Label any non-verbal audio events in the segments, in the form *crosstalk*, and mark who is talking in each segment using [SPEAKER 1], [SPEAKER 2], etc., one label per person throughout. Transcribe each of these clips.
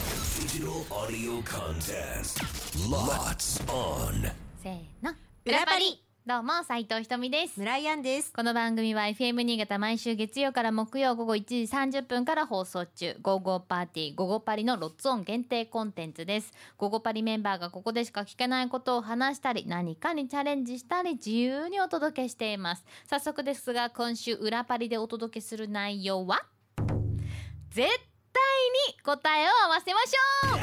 [SPEAKER 1] Digital audio contest. Lots on.
[SPEAKER 2] せーの
[SPEAKER 3] 裏パリ
[SPEAKER 2] どうも斉藤ひとみです
[SPEAKER 3] 村井アンです。
[SPEAKER 2] この番組は FM 新潟毎週月曜から木曜午後1時30分から放送中「ゴーゴーパーティーゴーゴーパリ」のロッツオン限定コンテンツですゴーゴーパリメンバーがここでしか聞けないことを話したり何かにチャレンジしたり自由にお届けしています早速ですが今週裏パリでお届けする内容は絶対に答えを合わせましょう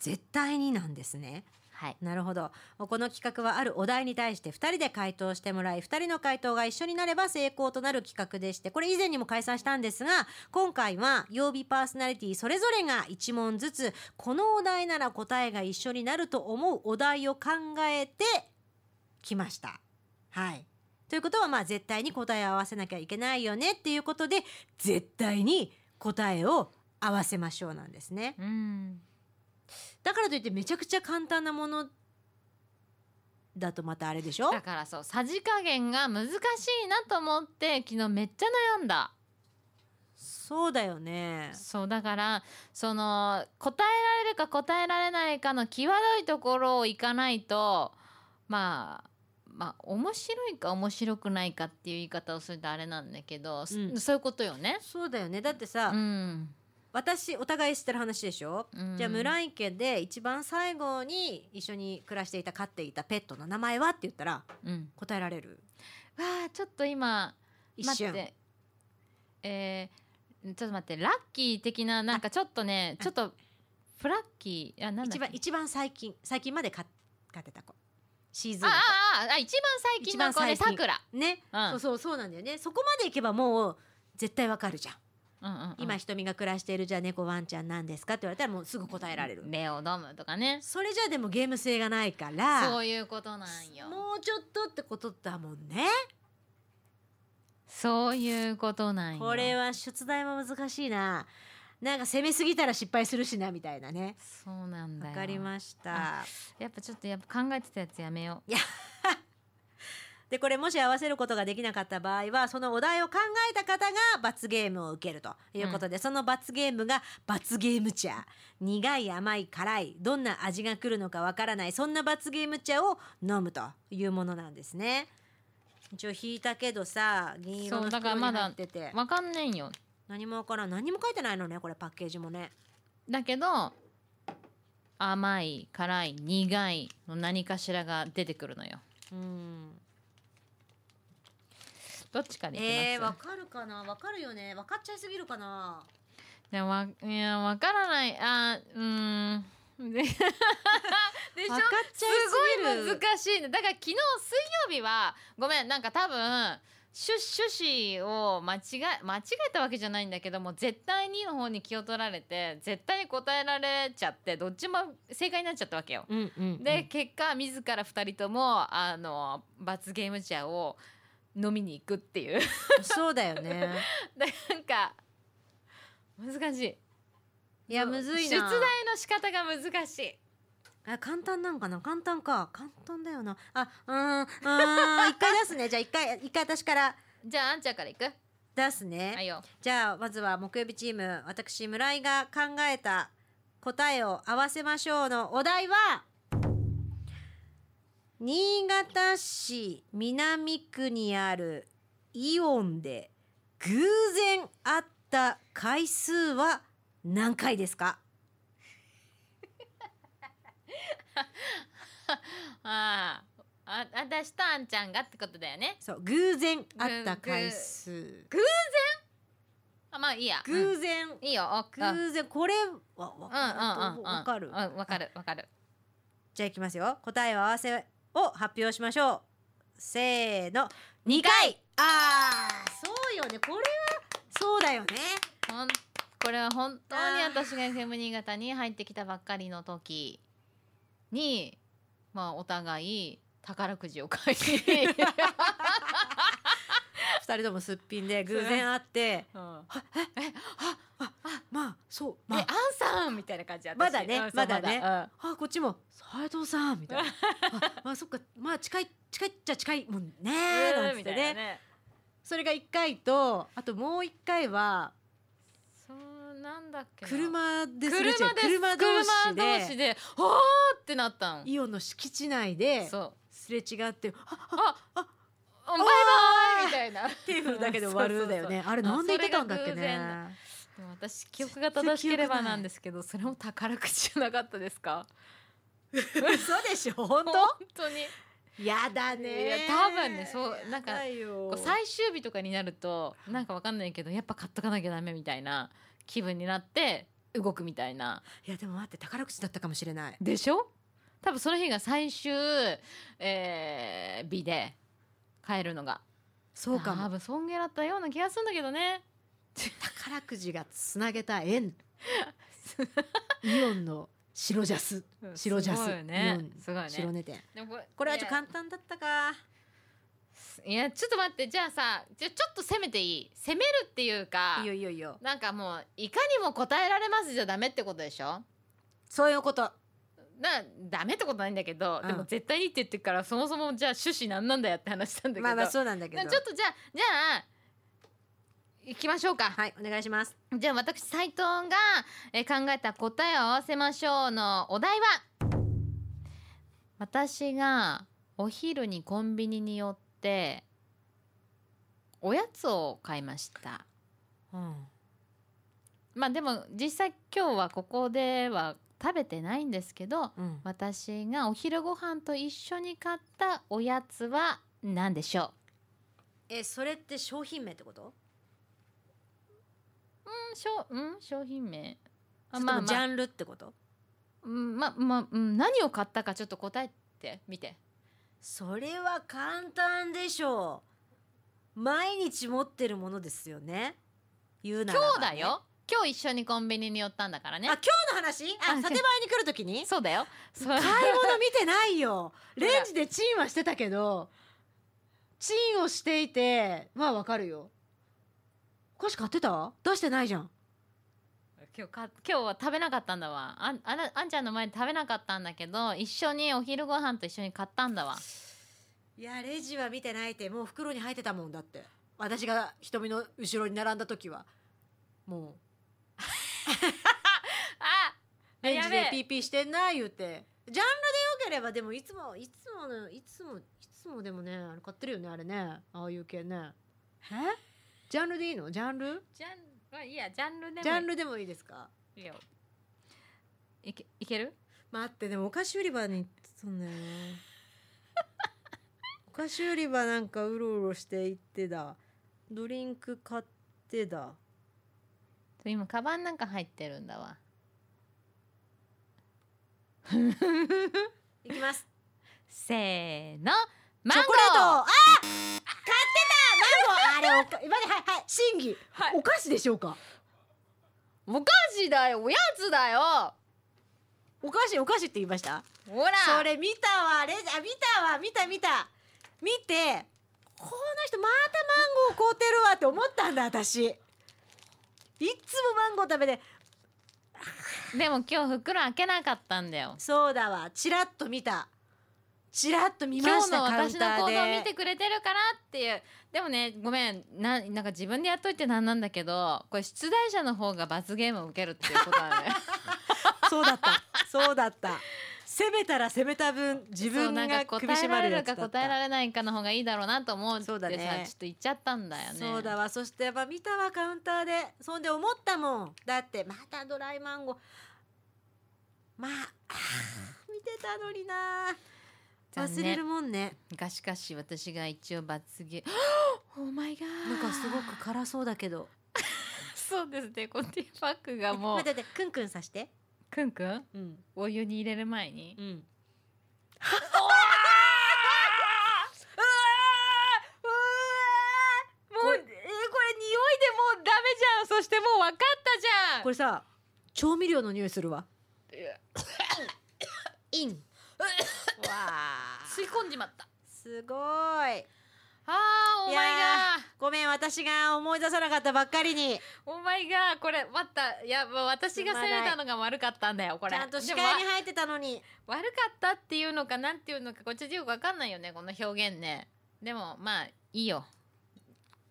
[SPEAKER 3] 絶対になんですね。
[SPEAKER 2] はい
[SPEAKER 3] なるほど。この企画はあるお題に対して2人で回答してもらい、2人の回答が一緒になれば成功となる企画でして、これ以前にも解散したんですが、今回は曜日パーソナリティそれぞれが1問ずつ、このお題なら答えが一緒になると思うお題を考えてきました。はい。ということはまあ絶対に答えを合わせなきゃいけないよねっていうことで、絶対に答えを合わせましょうなんですね。
[SPEAKER 2] うん
[SPEAKER 3] だからといってめちゃくちゃ簡単なものだとまたあれでしょ
[SPEAKER 2] だからそうさじ加減が難しいなと思って昨日めっちゃ悩んだ
[SPEAKER 3] そうだよね
[SPEAKER 2] そうだからその答えられるか答えられないかの際どいところをいかないとまあまあ面白いか面白くないかっていう言い方をするとあれなんだけど、そ
[SPEAKER 3] うん
[SPEAKER 2] そういうことよね。
[SPEAKER 3] そうだよねだってさ、
[SPEAKER 2] うん
[SPEAKER 3] 私お互い知ってる話でしょ、
[SPEAKER 2] うん
[SPEAKER 3] じゃあ村井家で一番最後に一緒に暮らしていた飼っていたペットの名前はって言ったら
[SPEAKER 2] うん、
[SPEAKER 3] 答えられる
[SPEAKER 2] わあちょっと今
[SPEAKER 3] 一
[SPEAKER 2] 待っ
[SPEAKER 3] 瞬
[SPEAKER 2] てえー、ちょっと待ってラッキー的ななんかちょっとね
[SPEAKER 3] あ
[SPEAKER 2] ちょっとフラッキーあなんだ
[SPEAKER 3] 一
[SPEAKER 2] っけ
[SPEAKER 3] 番一番最近最近まで飼飼ってた子シーズ
[SPEAKER 2] あ
[SPEAKER 3] ン
[SPEAKER 2] あああ一番最近の子ね
[SPEAKER 3] 一番最近
[SPEAKER 2] さくら
[SPEAKER 3] ね、
[SPEAKER 2] うん
[SPEAKER 3] そうそうそうなんだよねそこまでいけばもう絶対わかるじゃん
[SPEAKER 2] うんうんうん
[SPEAKER 3] 今瞳が暮らしているじゃあ猫ワンちゃんなんですかって言われたらもうすぐ答えられる
[SPEAKER 2] 目を飲むとかね
[SPEAKER 3] それじゃあでもゲーム性がないから
[SPEAKER 2] そういうことなんよ
[SPEAKER 3] もうちょっとってことだもんね
[SPEAKER 2] そういうことなんよ
[SPEAKER 3] これは出題も難しいななんか攻めすぎたら失敗するしなみたいなね
[SPEAKER 2] そうなんだ
[SPEAKER 3] わ
[SPEAKER 2] よ
[SPEAKER 3] かりました
[SPEAKER 2] やっぱちょっとやっぱ考えてたやつやめよう
[SPEAKER 3] でこれもし合わせることができなかった場合はそのお題を考えた方が罰ゲームを受けるということで、その罰ゲームが罰ゲーム茶苦い甘い辛いどんな味が来るのかわからないそんな罰ゲーム茶を飲むというものなんですね一応引いたけどさ銀色
[SPEAKER 2] そ
[SPEAKER 3] の
[SPEAKER 2] うだから
[SPEAKER 3] 袋に
[SPEAKER 2] まだ
[SPEAKER 3] 入ってて
[SPEAKER 2] わかんねんよ
[SPEAKER 3] 何もわからん何も書いてないのねこれパッケージもね
[SPEAKER 2] だけど甘い辛い苦いの何かしらが出てくるのよ
[SPEAKER 3] うん
[SPEAKER 2] どっちかでいきます、
[SPEAKER 3] えー、わかるかなわかるよねわかっちゃいすぎるかな
[SPEAKER 2] でもわいやわからないあーうーんででしょ
[SPEAKER 3] わかっちゃい
[SPEAKER 2] す
[SPEAKER 3] すぎる
[SPEAKER 2] ごい難しいねだから昨日水曜日はごめんなんか多分趣趣旨を間違え間違えたわけじゃないんだけども絶対にの方に気を取られて絶対に答えられちゃってどっちも正解になっちゃったわけよ。
[SPEAKER 3] うんうん
[SPEAKER 2] で、結果自ら2人ともあの罰ゲーム茶を飲みに行くっていう *laughs*
[SPEAKER 3] そうだよね
[SPEAKER 2] でなんか難しい。
[SPEAKER 3] いやむずいな
[SPEAKER 2] 出題の仕方が難しい
[SPEAKER 3] あ簡単なんかな簡単か簡単だよなあうーんうーん一回出すねじゃあ一回一回私から
[SPEAKER 2] じゃああんちゃんからいく
[SPEAKER 3] 出すね、
[SPEAKER 2] はいよ
[SPEAKER 3] じゃあまずは木曜日チーム私村井が考えた答えを合わせましょうのお題は新潟市南区にあるイオンで偶然会った回数は何回ですか
[SPEAKER 2] あーあ私とあんちゃんがってことだよね
[SPEAKER 3] そう偶然会った回数
[SPEAKER 2] あまあいいや、
[SPEAKER 3] 偶然、
[SPEAKER 2] うんいいよおうんうんうん
[SPEAKER 3] 偶然これはわ
[SPEAKER 2] うんうん
[SPEAKER 3] かると
[SPEAKER 2] う
[SPEAKER 3] わ
[SPEAKER 2] んわか
[SPEAKER 3] かる
[SPEAKER 2] るわかる
[SPEAKER 3] じゃあいきますよ答えを合わせを発表しましょうせーの
[SPEAKER 2] 二
[SPEAKER 3] 二
[SPEAKER 2] 回
[SPEAKER 3] あーそうよねこれはそうだよね
[SPEAKER 2] ほんこれは本当に私が FM 新潟に入ってきたばっかりの時にまあお互い宝くじを
[SPEAKER 3] *laughs*
[SPEAKER 2] 買い
[SPEAKER 3] 二人ともすっぴんで偶然会って
[SPEAKER 2] うんあ
[SPEAKER 3] まあそう
[SPEAKER 2] え
[SPEAKER 3] ま
[SPEAKER 2] あ
[SPEAKER 3] あ
[SPEAKER 2] んさんみたいな感じ私
[SPEAKER 3] まだね
[SPEAKER 2] うんそう
[SPEAKER 3] まだね
[SPEAKER 2] うん
[SPEAKER 3] あこっちも斉藤さんみたいなあまあそっかまあ近い近いっちゃ近いもんねーなんつってね
[SPEAKER 2] ね
[SPEAKER 3] それが一回とあともう一回は
[SPEAKER 2] そうななんだっけな
[SPEAKER 3] 車ですれ違い
[SPEAKER 2] 車です
[SPEAKER 3] 車同士
[SPEAKER 2] 車
[SPEAKER 3] で
[SPEAKER 2] 同士で「おー!」ってなったん
[SPEAKER 3] イオンの敷地内で
[SPEAKER 2] そう
[SPEAKER 3] すれ違ってあ
[SPEAKER 2] ああバイバイみたいな
[SPEAKER 3] 手振るだけで終わるんだよねあれなんで言ってたんだっけ
[SPEAKER 2] それが偶然
[SPEAKER 3] ね
[SPEAKER 2] でも私記憶が正しければなんですけどそれも宝くじじゃなかったですか
[SPEAKER 3] 嘘でしょ本
[SPEAKER 2] *laughs* 本
[SPEAKER 3] 当
[SPEAKER 2] 当に
[SPEAKER 3] やだね
[SPEAKER 2] いや多分ねそうなんか
[SPEAKER 3] やだよ
[SPEAKER 2] こう最終日とかになるとなんかわかんないけどやっぱ買っとかなきゃダメみたいな気分になって動くみたいない
[SPEAKER 3] やでも待って宝くじだったかもしれない
[SPEAKER 2] でしょ多分その日が最終、えー日で買えるのが
[SPEAKER 3] そうか
[SPEAKER 2] 多
[SPEAKER 3] も
[SPEAKER 2] 分そんげだったような気がするんだけど
[SPEAKER 3] *laughs*
[SPEAKER 2] ね
[SPEAKER 3] 宝くじがつなげた縁イオンの白ジャス白ジャス
[SPEAKER 2] すごいよね
[SPEAKER 3] イオン
[SPEAKER 2] すごいよね
[SPEAKER 3] 白根店
[SPEAKER 2] でもこれ
[SPEAKER 3] これはちょっと簡単だったか
[SPEAKER 2] いやちょっと待ってじゃあさじゃあちょっと攻めていい攻めるっていうか
[SPEAKER 3] いいよいいよ
[SPEAKER 2] なんかもういかにも答えられますじゃダメってことでしょ
[SPEAKER 3] そういうこと
[SPEAKER 2] なダメってことないんだけど、
[SPEAKER 3] うん
[SPEAKER 2] でも絶対にって言ってるからそもそもじゃあ趣旨なんなんだよって話したんだけど、
[SPEAKER 3] まあまあそうなんだけど
[SPEAKER 2] なちょっとじゃあじゃあ行きましょうか、
[SPEAKER 3] はいお願いします
[SPEAKER 2] じゃあ私斉藤が、えー考えた答えを合わせましょうのお題は私がお昼にコンビニに寄っておやつを買いました
[SPEAKER 3] うん
[SPEAKER 2] まあでも実際今日はここでは食べてないんですけど
[SPEAKER 3] うん
[SPEAKER 2] 私がお昼ご飯と一緒に買ったおやつは何でしょ
[SPEAKER 3] えそれって商品名ってこと
[SPEAKER 2] う、うんしょうん、商品名あ
[SPEAKER 3] それと
[SPEAKER 2] まあ
[SPEAKER 3] もジ
[SPEAKER 2] まあ
[SPEAKER 3] ャンルってこと
[SPEAKER 2] うんまあまあうん何を買ったかちょっと答えてみて
[SPEAKER 3] それは簡単でしょう毎日持ってるものですよね言うなら
[SPEAKER 2] 今
[SPEAKER 3] ば
[SPEAKER 2] 日だよ今日一緒にコンビニに寄ったんだからね
[SPEAKER 3] あ今日の話
[SPEAKER 2] あ
[SPEAKER 3] あ建前に来るときに
[SPEAKER 2] そうだよそう
[SPEAKER 3] 買い物見てな
[SPEAKER 2] *laughs*
[SPEAKER 3] いよレンジでチンはしてたけどチンをしていてまあわかるよお菓子買ってた出してないじゃん
[SPEAKER 2] 今日か今日は食べなかったんだわあんあらあんちゃんの前で食べなかったんだけど一緒にお昼ご飯と一緒に買ったんだわ
[SPEAKER 3] いやレジは見てないってもう袋に入ってたもんだって私が瞳の後ろに並んだ時はも
[SPEAKER 2] あ
[SPEAKER 3] うレンジ
[SPEAKER 2] やべ
[SPEAKER 3] で
[SPEAKER 2] え
[SPEAKER 3] ピーピーしてんな言うてジャンルでよければでもいつもいつものいつもいつもでもねあれ買ってるよねあれねああいう系ねえジャンルでいいのジャンル
[SPEAKER 2] ジャンまあいいやジャンルでもいい
[SPEAKER 3] ジャンルでもいいですか
[SPEAKER 2] いいよいけいける
[SPEAKER 3] 待ってでもお菓子売り場にそ *laughs* んだよなお菓子売り場なんかうろうろして行ってだドリンク買ってだ
[SPEAKER 2] 今カバンなんか入ってるんだわ
[SPEAKER 3] いきます
[SPEAKER 2] せーのマ
[SPEAKER 3] チ
[SPEAKER 2] ンゴー
[SPEAKER 3] ョコレートあ買ってたマンゴーあれおか待ってはいはい審議、
[SPEAKER 2] はい
[SPEAKER 3] お菓子でしょうか
[SPEAKER 2] お菓子だよおやつだよ
[SPEAKER 3] お菓子お菓子って言いました
[SPEAKER 2] ほら
[SPEAKER 3] それ見たわレジあ見たわ見た見た見てこの人またマンゴー買うてるわって思ったんだ私いっつもマンゴー食べて
[SPEAKER 2] でも今日袋開けなかったんだよ
[SPEAKER 3] そうだわチラッと見たチラッと見ま
[SPEAKER 2] 今
[SPEAKER 3] し
[SPEAKER 2] 日の
[SPEAKER 3] たカウン
[SPEAKER 2] 私
[SPEAKER 3] タ
[SPEAKER 2] の
[SPEAKER 3] ー
[SPEAKER 2] 行動を見
[SPEAKER 3] で
[SPEAKER 2] てくれてるからっていうでもねごめんななんか自分でやっといてなんなんだけどこれ出題者の方が罰ゲームを受けるっていうことなのよ
[SPEAKER 3] そうだったそうだった攻めたら攻めた分自
[SPEAKER 2] そう
[SPEAKER 3] 分
[SPEAKER 2] なん
[SPEAKER 3] が
[SPEAKER 2] か
[SPEAKER 3] 首絞
[SPEAKER 2] 答え
[SPEAKER 3] ま
[SPEAKER 2] ら
[SPEAKER 3] る
[SPEAKER 2] れ
[SPEAKER 3] や
[SPEAKER 2] る
[SPEAKER 3] つだ
[SPEAKER 2] か
[SPEAKER 3] った
[SPEAKER 2] 答えられないかの方がいいだろうなと思うって
[SPEAKER 3] そ
[SPEAKER 2] さ
[SPEAKER 3] うだね
[SPEAKER 2] ちょっと言っちゃったんだよね
[SPEAKER 3] そうだわそしてわ見たわカウンターでそんで思ったもんだってまたドライマンゴーまああー見てたのにな
[SPEAKER 2] 残
[SPEAKER 3] 忘
[SPEAKER 2] 念
[SPEAKER 3] れるもんね
[SPEAKER 2] がしかし私が一応罰ゲームお前が
[SPEAKER 3] なんかすごく辛そうだけど
[SPEAKER 2] そうですねコティパックが
[SPEAKER 3] え
[SPEAKER 2] もう
[SPEAKER 3] 待って待ってクンクンさして
[SPEAKER 2] くんくん
[SPEAKER 3] うん
[SPEAKER 2] お湯に入れる前に
[SPEAKER 3] うん
[SPEAKER 2] うわーもうえーこれ匂いでもうダメじゃんそしてもう分かったじゃん
[SPEAKER 3] これさ調味料の匂いするわインわあ
[SPEAKER 2] 吸い込んじまった
[SPEAKER 3] すごい
[SPEAKER 2] あーお前
[SPEAKER 3] いやごめん私が思い出さなかったばっかりに
[SPEAKER 2] がお前がこれ待ったいやもう私が攻めたのが悪かったんだよこれ
[SPEAKER 3] ちゃんと視
[SPEAKER 2] で
[SPEAKER 3] 界
[SPEAKER 2] も
[SPEAKER 3] に
[SPEAKER 2] わ
[SPEAKER 3] 入ってたのに
[SPEAKER 2] 悪かったっていうのかなんていうのかこっちでよく分かんないよねこの表現ねでもまあいいよ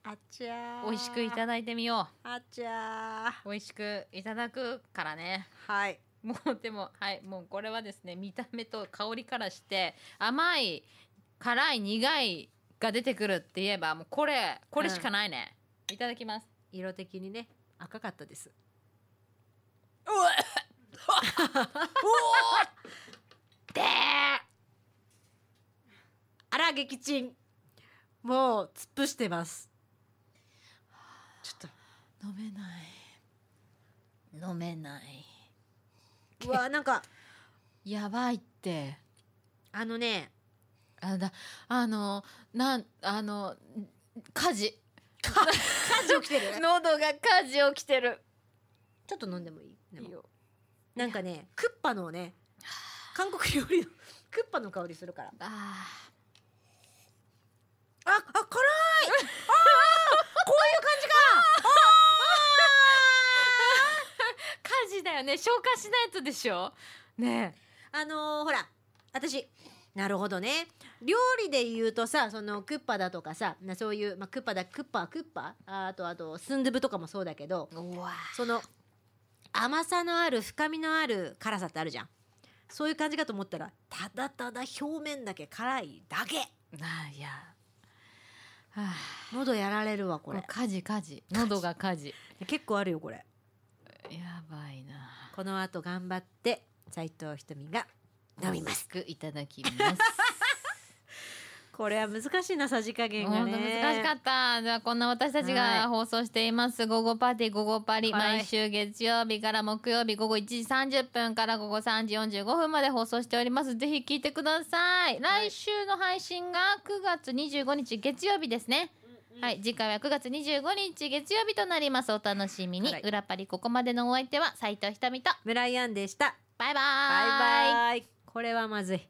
[SPEAKER 3] あちゃー
[SPEAKER 2] 美味しくいただいてみよ
[SPEAKER 3] あちゃ
[SPEAKER 2] う美味しくいただくからね
[SPEAKER 3] ーはい
[SPEAKER 2] もうでもはいもうこれはですね見た目と香りからして甘い辛い苦いが出てくるって言えばもうこれこれしかないね、いただきます
[SPEAKER 3] 色的にね赤かったです
[SPEAKER 2] うわでー
[SPEAKER 3] あら撃沈もう突っ伏してますちょっ
[SPEAKER 2] 飲めない飲めない
[SPEAKER 3] とうわなんか
[SPEAKER 2] やばいって
[SPEAKER 3] あのね
[SPEAKER 2] あだあのなんあの火事
[SPEAKER 3] 感情きてる
[SPEAKER 2] 喉が火事起きてる
[SPEAKER 3] ちょっと飲んでもいいでも
[SPEAKER 2] いいよ
[SPEAKER 3] *laughs* なんかねクッパのね韓国料理のクッパの香りするから
[SPEAKER 2] あ
[SPEAKER 3] あ、あ、辛い。ああ、こういう感じか。
[SPEAKER 2] ー火事だよね消化しないとでしょね
[SPEAKER 3] あのーほら、私。なるほどね。料理で言うとさ、そのクッパだとかさ、なそういう、まあ、クッパだ、クッパ、クッパ、ああと、あと、スンドゥブとかもそうだけど。
[SPEAKER 2] えうわ
[SPEAKER 3] その。甘さのある、深みのある辛さってあるじゃん。そういう感じかと思ったら、ただただ表面だけ辛いだけ。
[SPEAKER 2] ないやあ
[SPEAKER 3] 喉やられるわ、
[SPEAKER 2] こ
[SPEAKER 3] こ
[SPEAKER 2] れ
[SPEAKER 3] れ。
[SPEAKER 2] 火事火事喉が火事
[SPEAKER 3] 結構あるよ、これ。
[SPEAKER 2] やばいな
[SPEAKER 3] この後頑張って、斉藤ひとみが。飲みます。
[SPEAKER 2] 美味しくいただきます
[SPEAKER 3] これは難しいなさじ加減が
[SPEAKER 2] 本
[SPEAKER 3] ね
[SPEAKER 2] 当難しかったじゃあこんな私たちが放送しています「午後パーティー午後パリ」
[SPEAKER 3] はい
[SPEAKER 2] 毎週月曜日から木曜日午後1時30分から午後3時45分まで放送しておりますぜひ聞いてください来週の配信が9月25日月曜日ですねはい次回は9月25日月曜日となりますお楽しみに、
[SPEAKER 3] はい
[SPEAKER 2] 裏パリここまでのお相手は斉藤ひとみと
[SPEAKER 3] 村井アンでした
[SPEAKER 2] バイバ
[SPEAKER 3] バ
[SPEAKER 2] ー
[SPEAKER 3] イバイこれはまずい